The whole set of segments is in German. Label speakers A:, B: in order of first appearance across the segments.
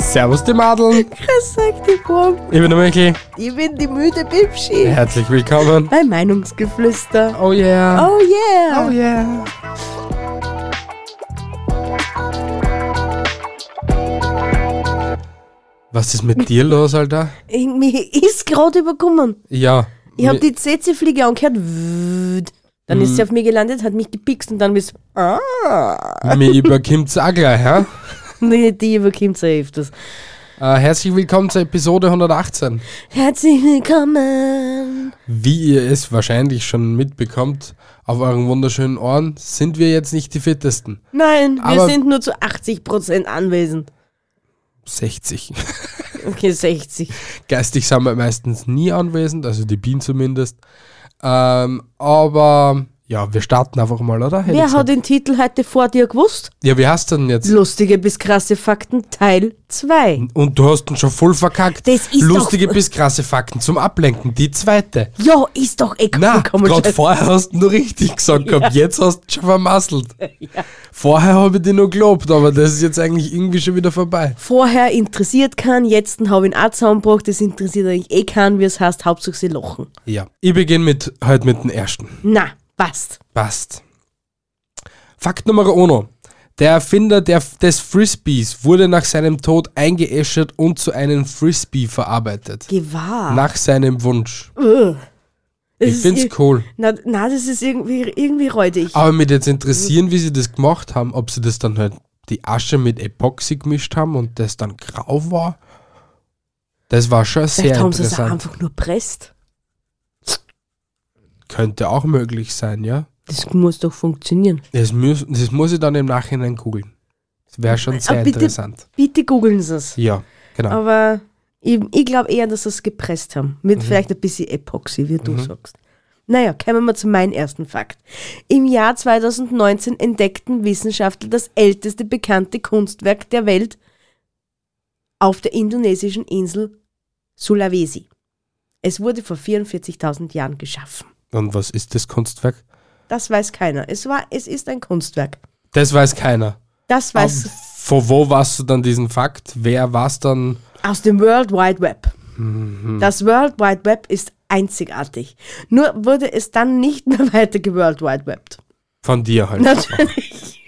A: Servus, die Madeln.
B: Chris sagt die Brom.
A: Ich bin der Michi.
B: Ich bin die müde Bibschi.
A: Herzlich willkommen.
B: Bei Meinungsgeflüster.
A: Oh yeah.
B: Oh yeah.
A: yeah. Was ist mit dir los, Alter?
B: Irgendwie ist gerade überkommen.
A: Ja.
B: Ich habe
A: mi-
B: die CC-Fliege angehört. Wüt. Dann ist sie auf mich gelandet, hat mich gepikst und dann bist ah.
A: Mir überkimmt's auch gleich, hä?
B: Nee, die überkommt sehr öfters.
A: Äh, herzlich willkommen zur Episode 118.
B: Herzlich willkommen.
A: Wie ihr es wahrscheinlich schon mitbekommt, auf euren wunderschönen Ohren sind wir jetzt nicht die fittesten.
B: Nein,
A: Aber-
B: wir sind nur zu 80% anwesend.
A: 60.
B: Okay, 60.
A: Geistig sind wir meistens nie anwesend, also die Bienen zumindest. Ähm, aber ja, wir starten einfach mal, oder? Hätte ich
B: Wer
A: gesagt.
B: hat den Titel heute vor dir gewusst?
A: ja, wie hast du denn jetzt?
B: Lustige bis krasse Fakten Teil 2.
A: Und du hast ihn schon voll verkackt.
B: Das ist
A: Lustige
B: doch-
A: bis krasse Fakten zum Ablenken, die zweite.
B: Ja, ist doch eh
A: Na,
B: vollkommen
A: gerade
B: scheiß-
A: vorher hast du nur richtig gesagt gehabt, jetzt hast du schon vermasselt. Vorher habe ich dich nur gelobt, aber das ist jetzt eigentlich irgendwie schon wieder vorbei.
B: Vorher interessiert keinen, jetzt habe ich ihn auch zusammengebracht, das interessiert eigentlich eh keinen, wie es heißt, Hauptsache sie lachen.
A: Ja. Ich beginne mit, heute mit dem ersten.
B: Na, passt.
A: Passt. Fakt Nummer uno. Der Erfinder der, des Frisbees wurde nach seinem Tod eingeäschert und zu einem Frisbee verarbeitet.
B: Gewahr.
A: Nach seinem Wunsch.
B: Ugh. Das
A: Ich
B: ist
A: find's
B: ir-
A: cool.
B: Na, na, das ist irgendwie, irgendwie räudig.
A: Aber mich jetzt interessieren, wie sie das gemacht haben, ob sie das dann halt die Asche mit Epoxy gemischt haben und das dann grau war. Das war schon sehr
B: Vielleicht haben sie es auch
A: interessant.
B: einfach nur presst.
A: Könnte auch möglich sein, ja.
B: Das muss doch funktionieren.
A: Das, müß, das muss ich dann im Nachhinein googeln. Das wäre schon sehr
B: Ah, bitte.
A: interessant.
B: Bitte googeln sie es.
A: Ja, genau.
B: Aber ich, ich glaube eher, dass sie es gepresst haben. Mit vielleicht ein bisschen Epoxy, wie du sagst. Naja, kommen wir zu meinem ersten Fakt. Im Jahr 2019 entdeckten Wissenschaftler das älteste bekannte Kunstwerk der Welt auf der indonesischen Insel Sulawesi. Es wurde vor 44.000 Jahren geschaffen.
A: Und was ist das Kunstwerk?
B: Das weiß keiner. Es, war, es ist ein Kunstwerk.
A: Das weiß keiner.
B: Das weiß
A: Aber Von wo warst du dann diesen Fakt? Wer war es dann?
B: Aus dem World Wide Web.
A: Hm.
B: Das World Wide Web ist einzigartig. Nur wurde es dann nicht mehr weiter ge-World Wide Webbed.
A: Von dir halt.
B: Natürlich.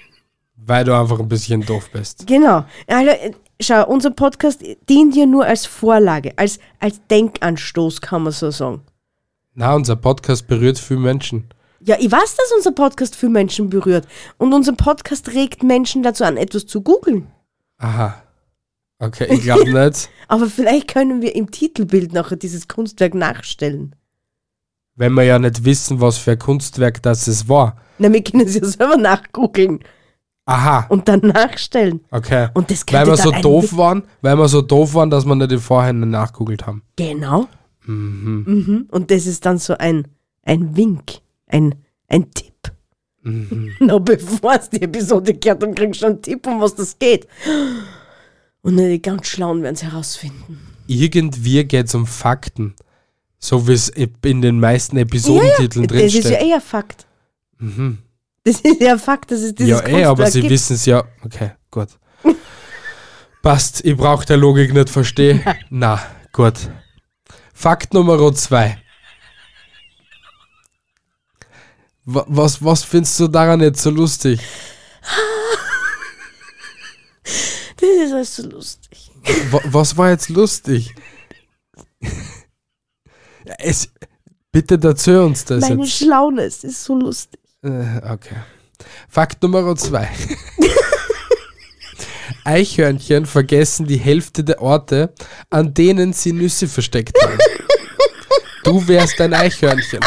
A: Weil du einfach ein bisschen doof bist.
B: genau. Also, äh, schau, unser Podcast dient ja nur als Vorlage, als, als Denkanstoß, kann man so sagen.
A: Na, unser Podcast berührt viele Menschen.
B: Ja, ich weiß, dass unser Podcast viele Menschen berührt. Und unser Podcast regt Menschen dazu an, etwas zu googeln.
A: Aha. Okay, ich glaube nicht.
B: Aber vielleicht können wir im Titelbild nachher dieses Kunstwerk nachstellen.
A: Wenn wir ja nicht wissen, was für ein Kunstwerk das es war.
B: Na, wir können es ja selber nachgoogeln
A: Aha,
B: und dann nachstellen.
A: okay.
B: Und das
A: weil
B: könnte
A: wir
B: dann
A: so
B: ein
A: doof waren, weil wir so doof waren, dass wir nicht im Vorhinein nachgoogelt haben.
B: Genau. Mhm. Und das ist dann so ein, ein Wink, ein, ein Tipp.
A: Mhm.
B: Na, bevor es die Episode gehört, dann kriegst du schon einen Tipp, um was das geht. Und nur die ganz Schlauen werden es herausfinden.
A: Irgendwie geht es um Fakten. So wie es in den meisten Episodentiteln
B: das ist ja
A: drinsteht.
B: eher Fakt. Das ist ja Fakt, dass es dieses
A: Mhm. ja, eh, aber
B: Kunstwerk
A: sie
B: gibt.
A: wissen es ja. Okay, gut. Passt, ich brauche der Logik nicht verstehen. Na, gut. Fakt Nummer zwei. Wa- Was, was findest du daran jetzt so lustig?
B: Das ist alles so lustig.
A: Wa- was war jetzt lustig? Es, bitte erzähl uns das
B: Meine
A: jetzt.
B: Schlaune, es ist so lustig.
A: Äh, Okay. Fakt Nummer zwei. Eichhörnchen vergessen die Hälfte der Orte, an denen sie Nüsse versteckt haben. Du wärst ein Eichhörnchen.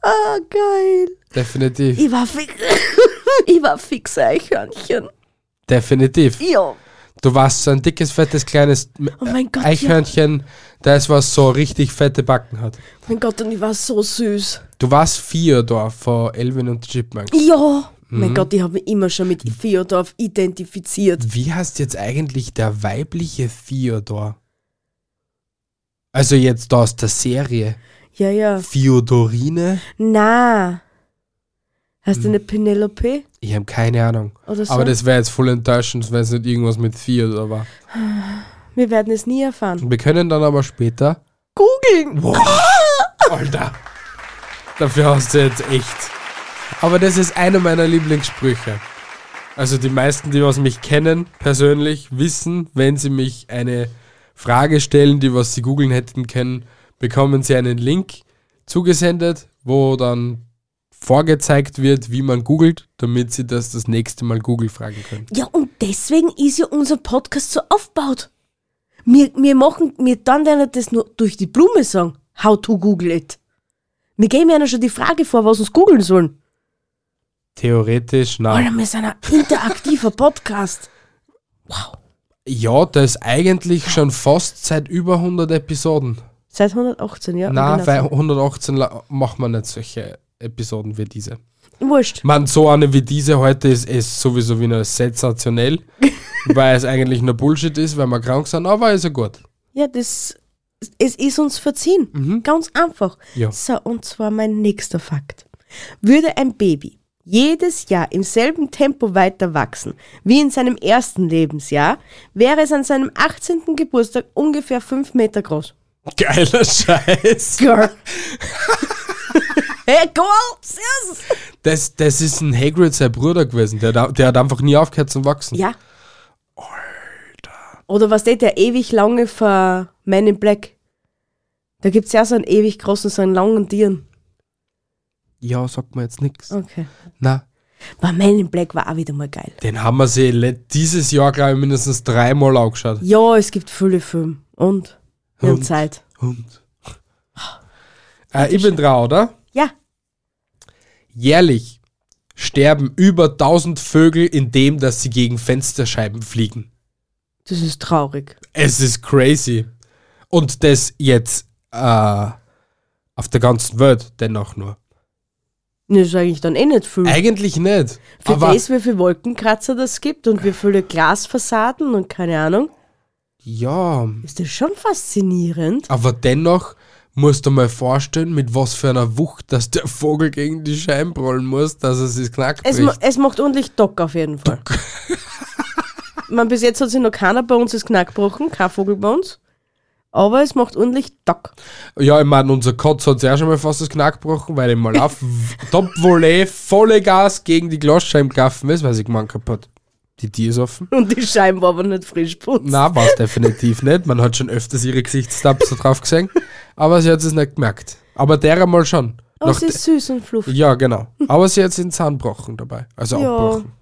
B: Ah, geil.
A: Definitiv.
B: Ich war fix. ich war fix Eichhörnchen.
A: Definitiv.
B: Ja.
A: Du warst so ein dickes, fettes, kleines
B: Oh mein Gott. Ja.
A: Eichhörnchen, das was so richtig fette Backen hat.
B: Mein Gott, und ich war so süß.
A: Du warst Fiodor von Elvin und Chipmunk.
B: Ja!
A: Mhm.
B: Mein Gott, ich habe mich immer schon mit Feodorf identifiziert.
A: Wie heißt jetzt eigentlich der weibliche Fiodor? Also jetzt da aus der Serie.
B: Ja, ja.
A: Fiodorine?
B: Na. Heißt die nicht Penelope?
A: Ich habe keine Ahnung.
B: Oder so?
A: Mhm. Aber das wäre jetzt voll enttäuschend, wenn es nicht irgendwas mit Vieh oder war.
B: Wir werden es nie erfahren.
A: Wir können dann aber später.
B: Googeln!
A: Alter! Dafür hast du jetzt echt. Aber das ist einer meiner Lieblingssprüche. Also die meisten, die was mich kennen, persönlich, wissen, wenn sie mich eine Frage stellen, die was sie googeln hätten können, bekommen sie einen Link zugesendet, wo dann vorgezeigt wird, wie man googelt, damit sie das das nächste Mal Google fragen können.
B: Ja, und deswegen ist ja unser Podcast so aufgebaut. Wir, wir machen, wir dann werden das nur durch die Blume sagen. How to Google it. Wir geben ihnen schon die Frage vor, was uns googeln sollen.
A: Theoretisch, nein.
B: Alter, wir sind ein interaktiver Podcast.
A: Ja, das ist eigentlich schon fast seit über 100 Episoden.
B: Seit 118, ja. genau.
A: Na,
B: original.
A: weil 118 la- macht man nicht solche Episoden wie diese.
B: Wurscht.
A: Man, so eine wie diese heute ist, ist sowieso wieder sensationell, weil es eigentlich nur Bullshit ist, weil wir krank sind, aber ist ja gut.
B: Ja, das, es ist uns verziehen. Ganz einfach.
A: Ja.
B: So, und zwar mein nächster Fakt. Würde ein Baby jedes Jahr im selben Tempo weiter wachsen wie in seinem ersten Lebensjahr, wäre es an seinem 18. Geburtstag ungefähr 5 Meter groß.
A: Geiler Scheiß.
B: Girl. hey, go out, sis.
A: Das, das ist ein Hagrid, sein Bruder gewesen, der, da- der hat einfach nie aufgehört zu wachsen.
B: Ja. Alter. Oder was steht der ewig lange für Man in Black? Da gibt's ja so einen ewig großen, so einen langen Tieren.
A: Ja, sagt mir jetzt nichts.
B: Okay.
A: Na,
B: Aber Man in Black war auch wieder mal geil.
A: den haben wir sie le- dieses Jahr, glaube ich, mindestens dreimal angeschaut.
B: Ja, es gibt viele Filme. Und? Wir haben
A: Und?
B: Zeit.
A: Hund. Äh, ich bin dran, oder?
B: Ja.
A: Jährlich sterben über 1000 Vögel, indem dass sie gegen Fensterscheiben fliegen.
B: Das ist traurig.
A: Es ist crazy. Und das jetzt äh, auf der ganzen Welt dennoch nur.
B: Das ist eigentlich dann eh nicht viel.
A: Eigentlich nicht.
B: Für
A: aber
B: das, wie viele Wolkenkratzer das gibt und wie viele Glasfassaden und keine Ahnung,
A: ja,
B: ist das schon faszinierend.
A: aber dennoch musst du mal vorstellen, mit was für einer Wucht, dass der Vogel gegen die Scheiben prallen muss, dass es sich knackt.
B: Es, ma es macht ordentlich Dock auf jeden Fall. Man, bis jetzt hat sich noch keiner bei uns das Knack gebrochen, kein Vogel bei uns. Aber es macht ordentlich Dock.
A: Ja, ich meine, unser Kotz hat ja schon mal fast das Knack gebrochen, weil ihm mal auf Top-Volley, volle Gas gegen die Glasscheiben gelaufen ist, weil sie gemeint kaputt. Die Tür ist offen.
B: Und die Scheiben war aber nicht frisch putzt.
A: Na, war es definitiv nicht. Man hat schon öfters ihre Gesichtstabs da drauf gesehen, aber sie hat es nicht gemerkt. Aber derer mal schon.
B: Aber
A: Nach
B: es ist süß und
A: de-
B: fluffig.
A: ja, genau. Aber sie hat den Zahn gebrochen dabei. Also
B: Ja.
A: abbrochen.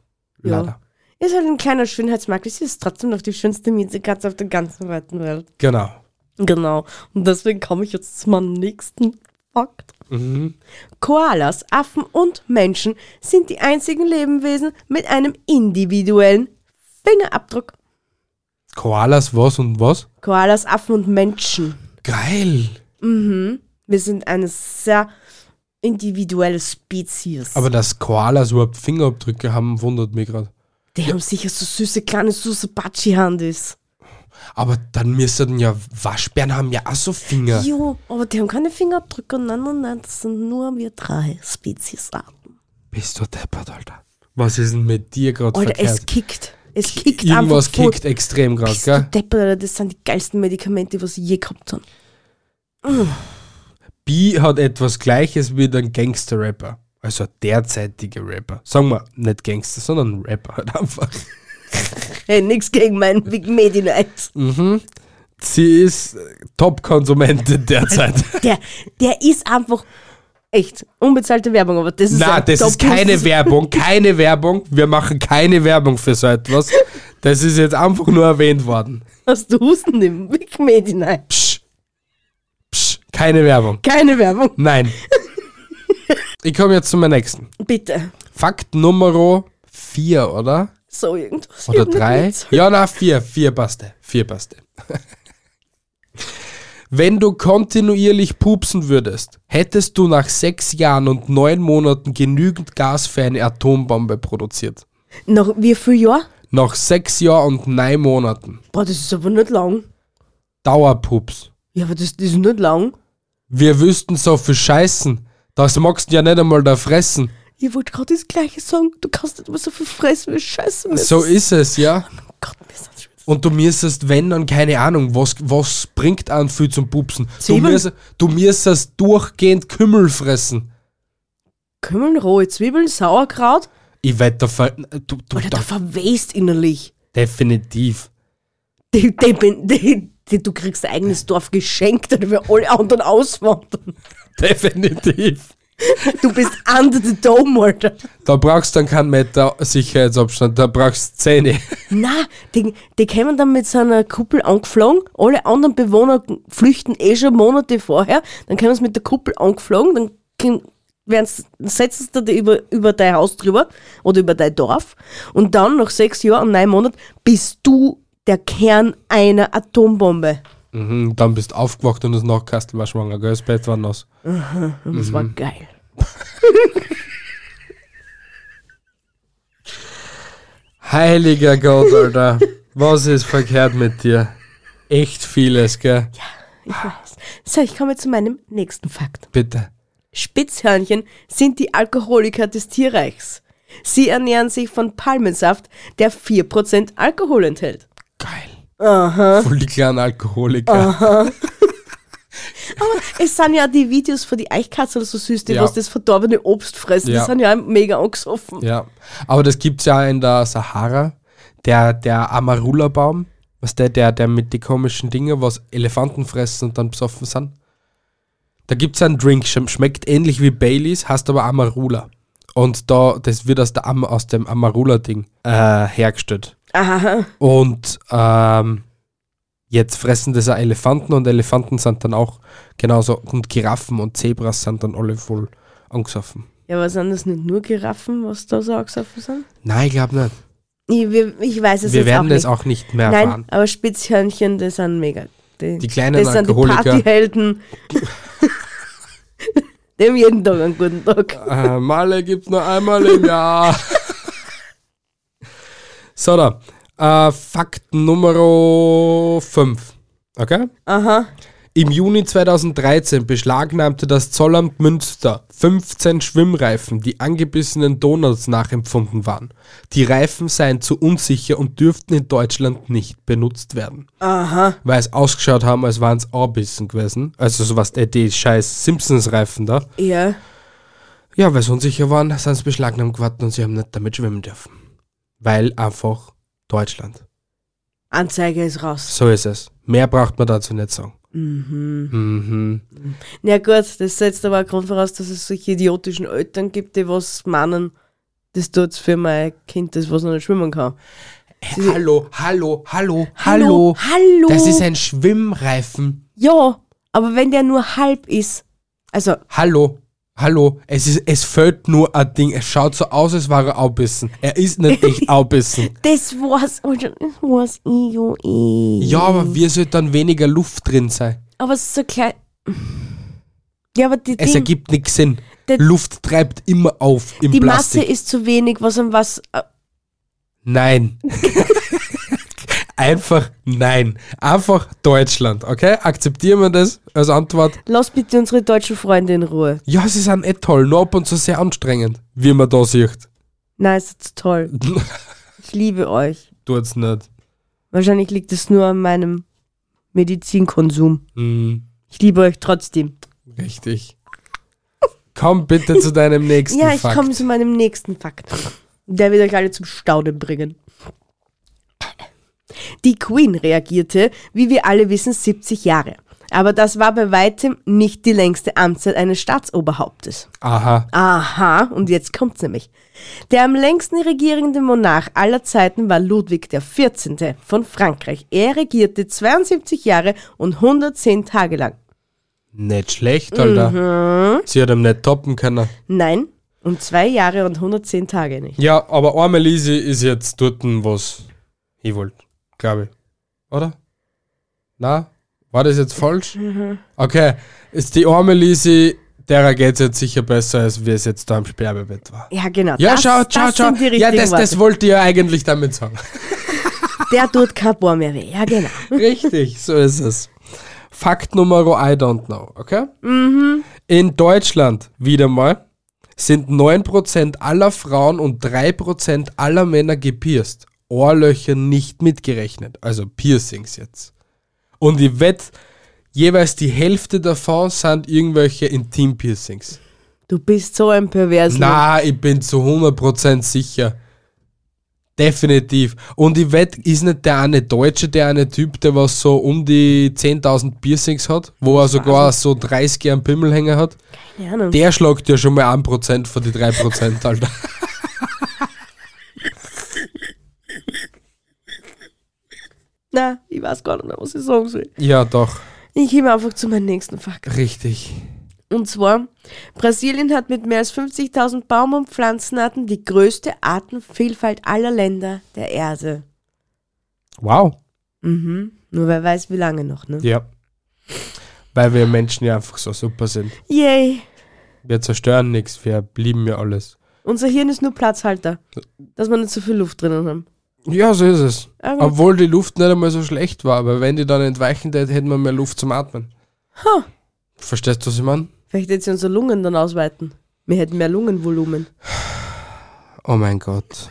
B: Ja.
A: Leider.
B: Ist halt ein kleiner Schönheitsmakel. Sie ist trotzdem noch die schönste Mietekatze auf der ganzen weiten Welt.
A: Genau.
B: Genau. Und deswegen komme ich jetzt zu meinem nächsten Fakt.
A: Mhm.
B: Koalas, Affen und Menschen sind die einzigen Lebewesen mit einem individuellen Fingerabdruck.
A: Koalas, was und was?
B: Koalas, Affen und Menschen.
A: Geil.
B: Wir sind eine sehr individuelle Spezies.
A: Aber dass Koalas überhaupt Fingerabdrücke haben, wundert mich gerade.
B: die haben sicher so süße kleine Susapachi-Handys.
A: Aber dann müssten ja Waschbären haben ja auch so Finger.
B: Jo, aber die haben keine Fingerabdrücke. Nein, nein, nein, das sind nur wir drei Ah. Speziesarten.
A: Bist du deppert, Alter. Was ist denn mit dir gerade
B: Alter,
A: verkehrt?
B: es kickt. Es kickt
A: Irgendwas
B: einfach voll.
A: kickt extrem gerade,
B: Bist du
A: gell?
B: deppert, Alter, das sind die geilsten Medikamente, was ich je gehabt habe.
A: B hat etwas Gleiches wie ein Gangster-Rapper. Also ein derzeitiger Rapper. Sagen wir, nicht Gangster, sondern Rapper halt einfach.
B: Hey, nix gegen meinen Big Medi ne? Night.
A: Sie ist äh, Top-Konsumentin derzeit.
B: Der, der ist einfach echt unbezahlte Werbung, aber das ist
A: Na,
B: ein
A: das ist
B: Top-
A: keine Werbung, keine Werbung. Wir machen keine Werbung für so etwas. Das ist jetzt einfach nur erwähnt worden.
B: Hast du Husten im Big Medi Night?
A: Psch. Psch. Keine Werbung.
B: Keine Werbung,
A: Nein. Ich komme jetzt zu meinem nächsten.
B: bitte.
A: Fakt Nummer 4, oder?
B: So irgendwas.
A: Oder
B: Ich hab nicht
A: drei?
B: mit.
A: Ja, na, vier. Vier passte. Vier passte. Wenn du kontinuierlich pupsen würdest, hättest du nach sechs Jahren und neun Monaten genügend Gas für eine Atombombe produziert.
B: Nach wie viel Jahr?
A: Nach sechs Jahren und neun Monaten.
B: Boah, das ist aber nicht lang.
A: Dauerpups.
B: Ja, aber das, das ist nicht lang.
A: Wir wüssten so viel Scheißen. Das magst du ja nicht einmal da fressen.
B: Ihr wollt gerade das gleiche sagen, du kannst nicht mehr so viel fressen, wie scheiße mir
A: So
B: ist.
A: ist es, ja.
B: Oh Gott, mir ist das schon-
A: Und du mirstest, wenn, dann keine Ahnung, was, was bringt an viel zum Pupsen. Du
B: Zwiebeln?
A: mirstest, du mirstest durchgehend Kümmel fressen.
B: Kümmeln, rohe Zwiebeln, Sauerkraut.
A: Ich wette, da ver- du, du,
B: Alter,
A: da,
B: du verwest innerlich.
A: definitiv.
B: Die, die, bin- die, die, du kriegst dein eigenes Dorf geschenkt, dann wir alle anderen auswandern.
A: Definitiv.
B: Du bist under the dome, Alter.
A: Da brauchst du dann keinen Meter Sicherheitsabstand, da brauchst du Zähne.
B: Na, die, die kommen dann mit so einer Kuppel angeflogen, alle anderen Bewohner flüchten eh schon Monate vorher, dann kommen sie mit der Kuppel angeflogen, dann kriegen- werden's- setzen sie da über, über dein Haus drüber oder über dein Dorf und dann nach sechs Jahren und neun Monaten bist du der Kern einer Atombombe.
A: Mhm, dann bist du aufgewacht und das Nachkastel war schwanger, gell? Das Bett war nass.
B: Und das war
A: Mhm.
B: geil.
A: Heiliger Gott, Alter. Was ist verkehrt mit dir? Echt vieles, gell?
B: Ich weiß. So, ich komme zu meinem nächsten Fakt.
A: Bitte.
B: Spitzhörnchen sind die Alkoholiker des Tierreichs. Sie ernähren sich von Palmensaft, der 4% Alkohol enthält.
A: Geil. Voll die kleinen Alkoholiker.
B: Es sind ja die Videos von die Eichkatzel so süß, die
A: Ja.
B: was das verdorbene Obst fressen.
A: Ja.
B: Die sind ja auch mega angesoffen.
A: Ja, aber das gibt's ja in der Sahara, der, der Amarula-Baum, was der, der, der mit den komischen Dingen, was Elefanten fressen und dann besoffen sind. Da gibt's einen Drink, schm- schmeckt ähnlich wie Baileys, heißt aber Amarula. Und da, das wird aus, der Am aus dem Amarula-Ding äh, hergestellt.
B: Aha.
A: Und ähm, jetzt fressen das auch Elefanten und Elefanten sind dann auch genauso. Und Giraffen und Zebras sind dann alle voll angesoffen.
B: Ja, aber sind das nicht nur Giraffen, was da so angesoffen sind?
A: Nein, ich glaube nicht.
B: Ich, wir- ich weiß es
A: Wir
B: jetzt
A: werden
B: auch
A: das
B: nicht.
A: auch nicht mehr
B: Nein,
A: erfahren.
B: aber Spitzhörnchen, die sind mega. Die,
A: Die kleinen
B: das sind die
A: Alkoholiker.
B: Partyhelden. Dem jeden Tag einen guten Tag.
A: Äh, Male gibt's nur einmal im Jahr. so, da. Äh, Fakt Nummer 5. Okay?
B: Aha.
A: Im Juni 2013 beschlagnahmte das Zollamt Münster 15 Schwimmreifen, die angebissenen Donuts nachempfunden waren. Die Reifen seien zu unsicher und dürften in Deutschland nicht benutzt werden.
B: Aha.
A: Weil es ausgeschaut haben, als wären es Orbissen gewesen. Also sowas, äh, die scheiß Simpsons-Reifen da.
B: Ja.
A: Ja, weil sie unsicher waren, sind sie beschlagnahmt geworden und sie haben nicht damit schwimmen dürfen. Weil einfach Deutschland.
B: Anzeige ist raus.
A: So ist es. Mehr braucht man dazu nicht sagen.
B: Mhm.
A: Mhm.
B: Na gut, das setzt aber auch Grund voraus, dass es solche idiotischen Eltern gibt, die was meinen, das tut's für mein Kind, das was noch nicht schwimmen kann.
A: Hey, hallo, hallo, hallo, hallo,
B: Hallo!
A: Das ist ein Schwimmreifen.
B: ja, aber wenn der nur halb ist, also,
A: Hallo, hallo. Es, ist, es fällt nur ein Ding. Es schaut so aus, als wäre er Aubissen. Er ist nicht echt Aubissen.
B: das war's, Alter, das war's, ich, ja, ich.
A: Ja, aber wir sollten dann weniger Luft drin sein.
B: Aber es ist so klein. Ja, aber die,
A: Es
B: Ding,
A: ergibt nichts Sinn.
B: Der-
A: Luft treibt immer auf im
B: die
A: Plastik.
B: Masse ist zu wenig, was an was. äh,
A: Nein. Einfach nein. Einfach Deutschland, okay? Akzeptieren wir das als Antwort?
B: Lass bitte unsere deutschen Freunde in Ruhe.
A: Ja, sie sind eh toll, nur ab und zu sehr anstrengend, wie man da sieht.
B: Nein, ist jetzt toll. Ich liebe euch.
A: Tut's nicht.
B: Wahrscheinlich liegt es nur an meinem Medizinkonsum.
A: Hm,
B: Ich liebe euch trotzdem.
A: richtig. Komm bitte zu deinem nächsten
B: ja, ich
A: Fakt.
B: komme zu meinem nächsten Fakt. Der wird euch alle zum Staunen bringen. Die Queen reagierte, wie wir alle wissen, 70 Jahre. Aber das war bei weitem nicht die längste Amtszeit eines Staatsoberhauptes.
A: Aha.
B: Aha, und jetzt kommt's nämlich. Der am längsten regierende Monarch aller Zeiten war Ludwig XIV. von Frankreich. Er regierte 72 Jahre und 110 Tage lang.
A: Nicht schlecht, Alter.
B: Mhm.
A: Sie hat ihm nicht toppen können.
B: Nein, um zwei Jahre und 110 Tage nicht.
A: Ja, aber arme Lisi ist jetzt dort, was ich wollte, glaube ich. Oder? Na? War das jetzt falsch?
B: Mhm.
A: Okay, ist die arme Lisi, derer geht es jetzt sicher besser, als wie es jetzt da im Sterbebett war.
B: Ja, genau.
A: Ja,
B: das,
A: schau, schau,
B: das
A: schau.
B: Sind die
A: Ja,
B: richtigen
A: das, das
B: Worte.
A: wollte ich ja eigentlich damit sagen.
B: Der tut kein Bohr mehr weh. Ja, genau.
A: Richtig, so ist es. Fakt Nummer I don't know, okay? In Deutschland wieder mal sind 9% aller Frauen und 3% aller Männer gepierst. Ohrlöcher nicht mitgerechnet, also Piercings jetzt. Und ich wette, jeweils die Hälfte davon sind irgendwelche Intim-Piercings.
B: Du bist so ein Perverser.
A: Na, ich bin zu 100% sicher. Definitiv. Und ich wette, ist nicht der eine Deutsche, der eine Typ, der was so um die 10.000 Piercings hat, wo er sogar so 30 am Pimmelhänger hat?
B: Keine Ahnung.
A: Der schlagt ja schon mal 1% von die 3%, Alter.
B: Nein, ich weiß gar nicht mehr, was ich sagen soll.
A: Ja, doch.
B: Ich gehe einfach zu meinem nächsten Fakt.
A: Richtig.
B: Und zwar, Brasilien hat mit mehr als 50.000 Baum- und Pflanzenarten die größte Artenvielfalt aller Länder der Erde.
A: Wow.
B: Mhm. Nur wer weiß, wie lange noch, ne?
A: Ja. Weil wir Menschen ja einfach so super sind.
B: Yay!
A: Wir zerstören nichts, wir blieben ja alles.
B: Unser Hirn ist nur Platzhalter, dass wir nicht so viel Luft drinnen haben.
A: Ja, so ist es.
B: Aber-
A: Obwohl die Luft nicht einmal so schlecht war, aber wenn die dann entweichen hätte, hätten wir mehr Luft zum Atmen. Verstehst du, was ich meine?
B: Vielleicht hätte sie unsere Lungen dann ausweiten. Wir hätten mehr Lungenvolumen.
A: Oh mein Gott.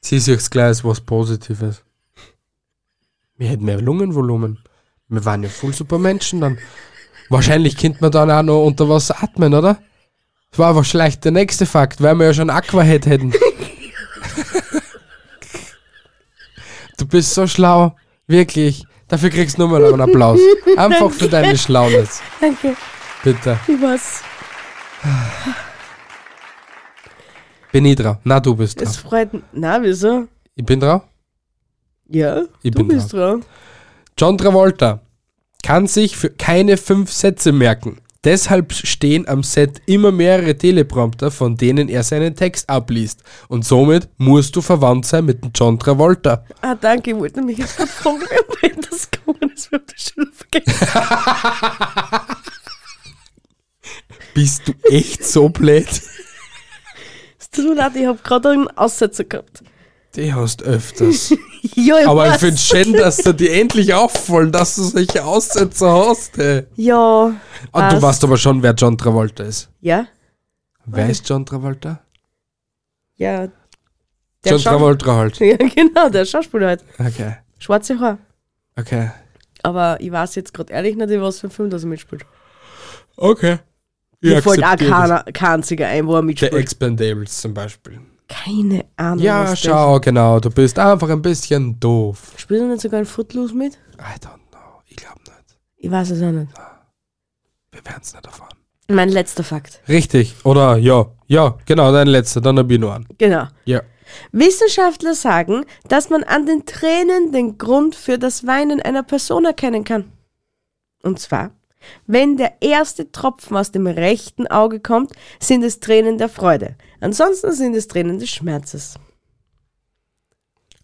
A: Sie sich's gleich als was Positives. Wir hätten mehr Lungenvolumen. Wir waren ja voll super Menschen dann. Wahrscheinlich könnte man dann auch noch unter Wasser atmen, oder? Das war aber schlecht der nächste Fakt, weil wir ja schon Aquahead hätten. du bist so schlau. Wirklich. Dafür kriegst du nur mal einen Applaus. Einfach für deine Schlaunitz.
B: Danke,
A: Bitte.
B: ich weiß.
A: Bin ich drauf. Na, du bist
B: Es
A: drauf.
B: freut mich. Na, wieso?
A: Ich bin drauf.
B: Ja,
A: Ich
B: du
A: bin
B: bist dran.
A: John Travolta kann sich für keine fünf Sätze merken. Deshalb stehen am Set immer mehrere Teleprompter, von denen er seinen Text abliest. Und somit musst du verwandt sein mit dem John Travolta.
B: Ah, danke, ich wollte mich jetzt gerade fragen, wenn das kommen ist, wird das schon vergessen.
A: Bist du echt so blöd?
B: Es tut mir leid, ich habe gerade einen Aussetzer gehabt.
A: Die hast öfters.
B: Ja, ich
A: Aber ich
B: weiß.
A: finde schön, dass dir die endlich auffallen, dass du solche Aussetzer hast. Ey.
B: Ja.
A: Ah, du
B: Was?
A: weißt aber schon, wer John Travolta ist.
B: Ja?
A: Wer ist John Travolta?
B: Ja.
A: John
B: Schau-
A: Travolta halt.
B: Ja, genau, der Schauspieler halt.
A: Okay,
B: Schwarze Haar.
A: okay.
B: Aber ich weiß jetzt gerade ehrlich nicht, in was für ein Film das er mitspielt.
A: Okay. Ich
B: Mir fällt auch
A: akzeptiere das.
B: keiner- kein einziger ein, wo er
A: Der
B: mitspielt.
A: Expendables zum Beispiel.
B: Keine Ahnung.
A: Ja,
B: was
A: schau, genau. Du bist einfach ein bisschen doof.
B: Der Spielt er nicht sogar in Footloose mit?
A: I don't know. Ich glaube nicht.
B: Ich weiß es auch nicht.
A: Wir werden es nicht erfahren.
B: Mein letzter Fakt.
A: Richtig. Oder ja. Ja, genau, dein letzter. Dann hab ich nur an.
B: Genau.
A: Ja.
B: Wissenschaftler sagen, dass man an den Tränen den Grund für das Weinen einer Person erkennen kann. Und zwar, wenn der erste Tropfen aus dem rechten Auge kommt, sind es Tränen der Freude. Ansonsten sind es Tränen des Schmerzes.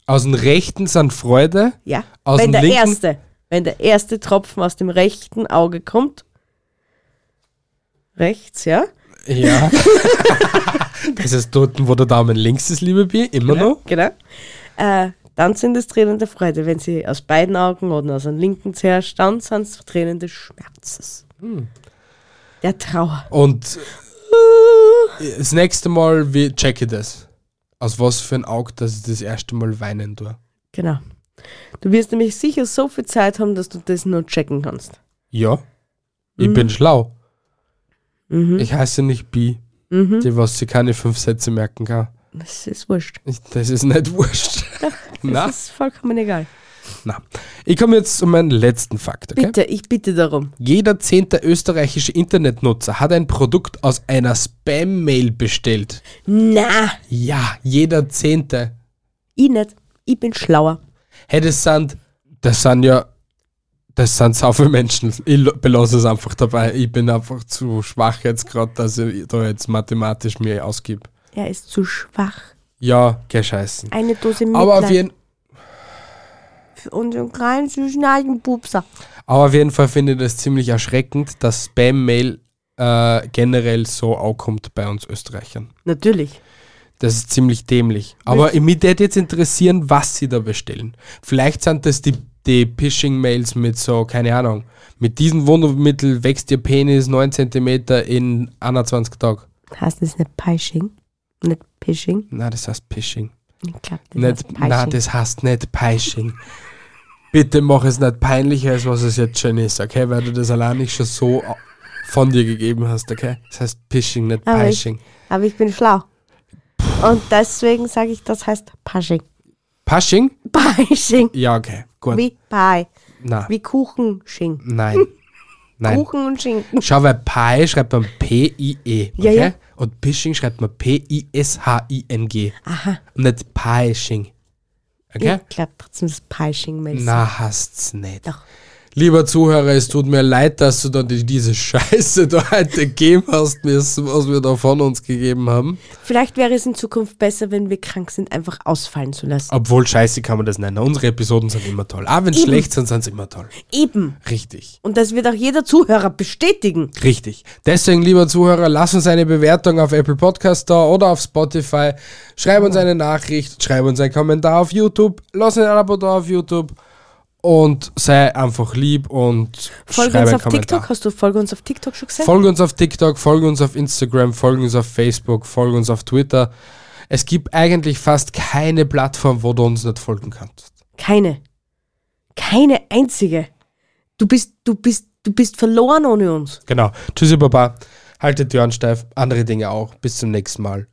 A: Aus dem rechten sind Freude.
B: Ja,
A: Aus dem
B: wenn der
A: linken-
B: erste, wenn der erste Tropfen aus dem rechten Auge kommt, rechts, ja,
A: Ja. das ist dort, wo der Daumen links ist, liebe Bier. Immer noch.
B: genau, äh, dann sind es Tränen der Freude. Wenn sie aus beiden Augen oder aus dem linken zerrscht, dann sind es Tränen des Schmerzes.
A: Hm.
B: Der Trauer.
A: Und äh, das nächste Mal wie check ich das. Aus was für ein Auge, dass ich das erste Mal weinen tue.
B: Genau. Du wirst nämlich sicher so viel Zeit haben, dass du das nur checken kannst.
A: Ja. Ich bin schlau. Ich heiße nicht Bi, die was sie keine fünf Sätze merken kann.
B: Das ist wurscht.
A: Ich, das ist nicht wurscht. na,
B: Das ist vollkommen egal.
A: na. Ich komme jetzt zu meinem letzten Fakt, okay?
B: Bitte, ich bitte darum.
A: Jeder zehnte österreichische Internetnutzer hat ein Produkt aus einer Spam-Mail bestellt.
B: Na,
A: Ja, jeder zehnte.
B: ich nicht. Ich bin schlauer.
A: Hey, das sind, das sind ja, das sind so viele Menschen. Ich lo- belasse es einfach dabei. Ich bin einfach zu schwach jetzt gerade, dass ich da jetzt mathematisch mir ausgib.
B: Er ist zu schwach.
A: Ja, gescheißen.
B: Eine Dose Mitleid
A: Aber auf, jeden,
B: für unseren kleinen süßen alten Pupser.
A: aber auf jeden Fall finde ich das ziemlich erschreckend, dass Spam-Mail äh, generell so ankommt bei uns Österreichern.
B: Natürlich.
A: Das ist ziemlich dämlich. Aber mich würde jetzt interessieren, was sie da bestellen. Vielleicht sind das die, die Phishing-Mails mit so, keine Ahnung, mit diesem Wundermittel wächst ihr Penis 9 cm in 21 Tagen.
B: Heißt das nicht Pishing? Nicht Pishing?
A: Na, das heißt Pishing.
B: Ich glaube, das heißt
A: Nicht,
B: Pishing.
A: na, das heißt nicht Peishing. Bitte mach es nicht peinlicher, als was es jetzt schon ist, okay? Weil du das allein nicht schon so au- von dir gegeben hast, okay? Das heißt Pishing, nicht
B: Aber ich-
A: Peishing.
B: Aber ich bin schlau. Und deswegen sage ich, das heißt Pishing.
A: Pashing?
B: Pishing.
A: Ja, okay. Gut.
B: Wie Pie.
A: Na,
B: Wie Kuchenschinken.
A: nein. Nein.
B: Kuchen und Schinken.
A: Schau, weil Pi schreibt man P-I-E, okay?
B: Ja, ja.
A: Und Pishing schreibt man P-I-S-H-I-N-G.
B: Ah.
A: Aha. Und nicht Peishing. Okay?
B: Ich glaube trotzdem, das Pishing meinst du.
A: Na, hast's nicht.
B: Doch.
A: Lieber Zuhörer, es tut mir leid, dass du dann die- diese Scheiße da heute gegeben hast, mir's- was wir da von uns gegeben haben.
B: Vielleicht wäre es in Zukunft besser, wenn wir krank sind, einfach ausfallen zu lassen.
A: Obwohl, Scheiße kann man das nennen. Unsere Episoden sind immer toll. Auch wenn sie schlecht sind, sind sie immer toll.
B: Eben.
A: Richtig.
B: Und das wird auch jeder Zuhörer bestätigen.
A: Richtig. Deswegen, lieber Zuhörer, lass uns eine Bewertung auf Apple Podcast da oder auf Spotify. Schreib uns eine Nachricht, schreib uns einen Kommentar auf YouTube, lass ein Abo da auf YouTube und sei einfach lieb und
B: Folge
A: schreib
B: uns
A: einen
B: auf
A: Kommentar.
B: TikTok. Hast du Folge uns auf TikTok schon gesehen?
A: Folge uns auf TikTok, folge uns auf Instagram, folge uns auf Facebook, folge uns auf Twitter. Es gibt eigentlich fast keine Plattform, wo du uns nicht folgen kannst.
B: Keine. Keine einzige. Du bist, du bist, du bist verloren ohne uns.
A: Genau. Tschüssi, Baba. Haltet die Ohren steif. Andere Dinge auch. Bis zum nächsten Mal.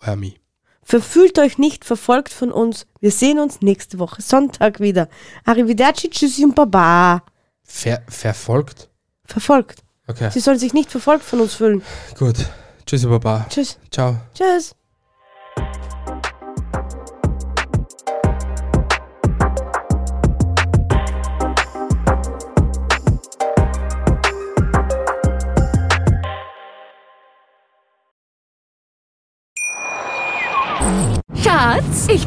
A: Euer Mi.
B: Verfühlt euch nicht verfolgt von uns. Wir sehen uns nächste Woche Sonntag wieder. Arrivederci, tschüssi und baba.
A: Ver verfolgt?
B: Verfolgt.
A: Okay.
B: Sie sollen sich nicht verfolgt von uns fühlen.
A: Gut. Tschüssi, Baba.
B: Tschüss.
A: Ciao.
B: Tschüss.
C: Schatz, ich